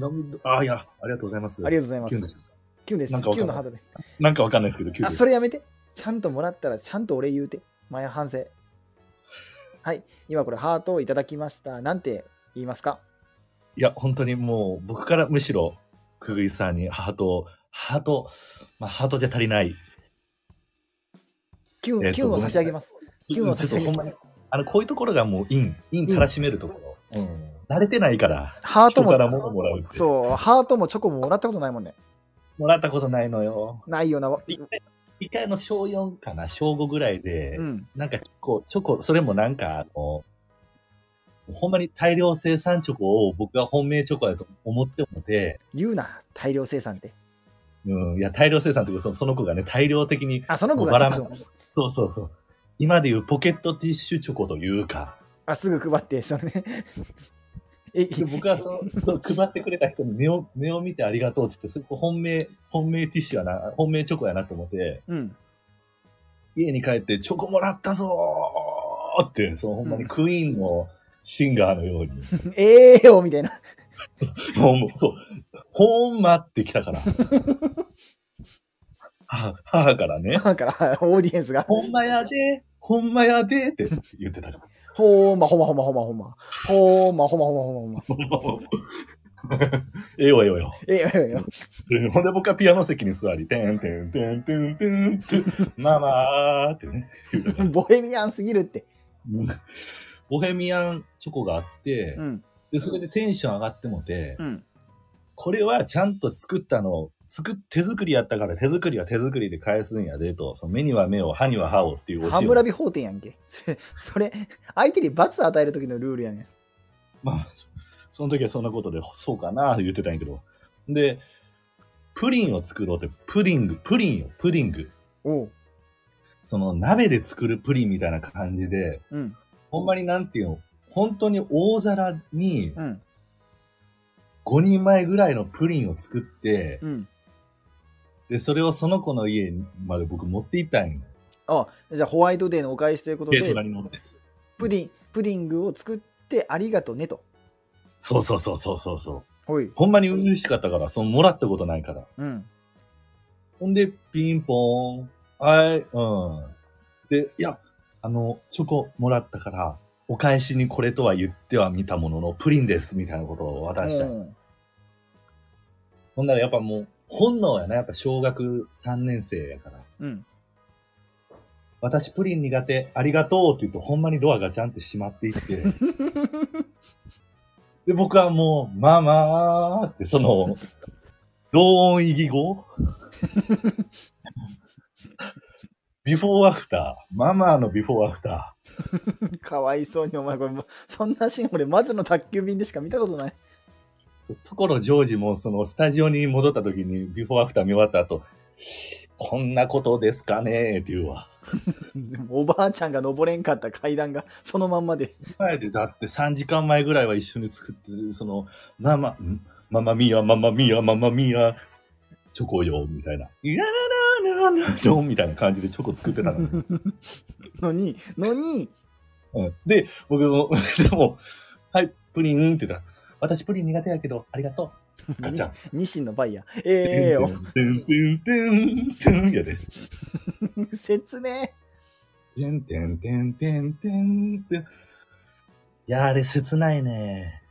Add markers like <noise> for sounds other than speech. ラムドあ、いや、ありがとうございます。ありがとうございま。キュンですすキュンです。なんかわキかュんンなのいハートです。なんかわかんないですけど、キュンあ、です。それやめて。ちゃんともらったら、ちゃんとお礼言うて。前反省。はい。今これ、ハートをいただきました。なんて言いますかいや、本当にもう、僕からむしろ、くぐいさんにハートを、ハート、まあ、ハートじゃ足りない。キュン、えっとキュンを差し上げます。キちュンょをっ差しと上げほんまますに。、あの、こういうところがもう、イン、インたらしめるところ。うん。慣れてないから、ハー人トもから物もらうって。そう、ハートもチョコももらったことないもんね。もらったことないのよ。ないよな。一回、一回あの、小4かな、小5ぐらいで、うん。なんか結構、チョコ、それもなんか、あの、ほんまに大量生産チョコを僕は本命チョコだと思ってもて、言うな、大量生産って。うん、いや、大量生産というか、そのその子がね、大量的に、あ、その子バが、ラまそうそうそう。今でいうポケットティッシュチョコというか、あ、すぐ配って、そのね。え、で <laughs> 僕はその配ってくれた人に目を目を見てありがとうって言って、すごい本命、本命ティッシュやな、本命チョコやなと思って、うん。家に帰ってチョコもらったぞーって、そのほんまにクイーンのシンガーのように、ええよ、みたいな。もうもう、そう。ほんまってきたから。母母からね、だから、オーディエンスが、ほんまやで、ほんまやでって言ってたから。ほーま、ほんまほんまほんまほんま。ほーま、ほんまほんまほんまほんもうま。<laughs> ええわええわよ。ええよ、ええよ。ほんで僕はピアノ席に座り、てんてんてんてんてんてん、ママーってね。ボヘミアンすぎるって。ボヘミアンチョコがあってう、ん。で、それでテンション上がってもてう、ん。これはちゃんと作ったのを、作っ、手作りやったから手作りは手作りで返すんやでと、その目には目を、歯には歯をっていう教えをハムラビ法典やんけ。それ、 <laughs> それ相手に罰与える時のルールやねん。まあ、 <laughs> その時はそんなことで、そうかな、言ってたんやけど。で、プリンを作ろうって、プディング、プリンよ、プディング。おう。その鍋で作るプリンみたいな感じで、うん。ほんまになんていうの、本当に大皿にうん。 5人前ぐらいのプリンを作って、うん。で、それをその子の家まで僕持って行ったんよ。あ、じゃあホワイトデーのお返しということ軽でトラ、に乗って。プディン、プディングを作ってありがとうねと。そうそうそうそうそうそう。ほい。ほんまに嬉しかったから、そのもらったことないから。うん。ほんで、ピンポーン。はい、うん。で、いや、あの、チョコもらったから、お返しにこれとは言ってはみたものの、プリンです、みたいなことを渡したい。うんほんならやっぱもう、本能やな、やっぱ小学3年生やから。うん。私プリン苦手、ありがとうって言うと、ほんまにドアガチャンって閉まっていって。で、僕はもう、ママーって、その、同音異義語ビフォーアフター。ママのビフォーアフタかわいそうに、お前、これもう、そんなシーン、俺、魔女の宅急便でしか見たことない。 <laughs> ー。そうところジョージも、その、スタジオに戻った時に、ビフォーアフター見終わった後、こんなことですかねーって言うわ。でもおばあちゃんが登れんかった階段がそのまんまで。前でだって3時間前ぐらいは一緒に作って、その、ママ、んママミア、ママミア、ママミア、チョコよ、みたいな。いららららららみたいな感じでチョコ作ってたの。のに、のに、うん、で、僕も、でも、はい、プリンって言ったら、私プリン苦手やけど、ありがとう。ガチャン。ニシンのバイヤー。ええよ。てんてんてんてんてんやで。説明。てんてんてんてんてんてん。いや、あれ切ないね。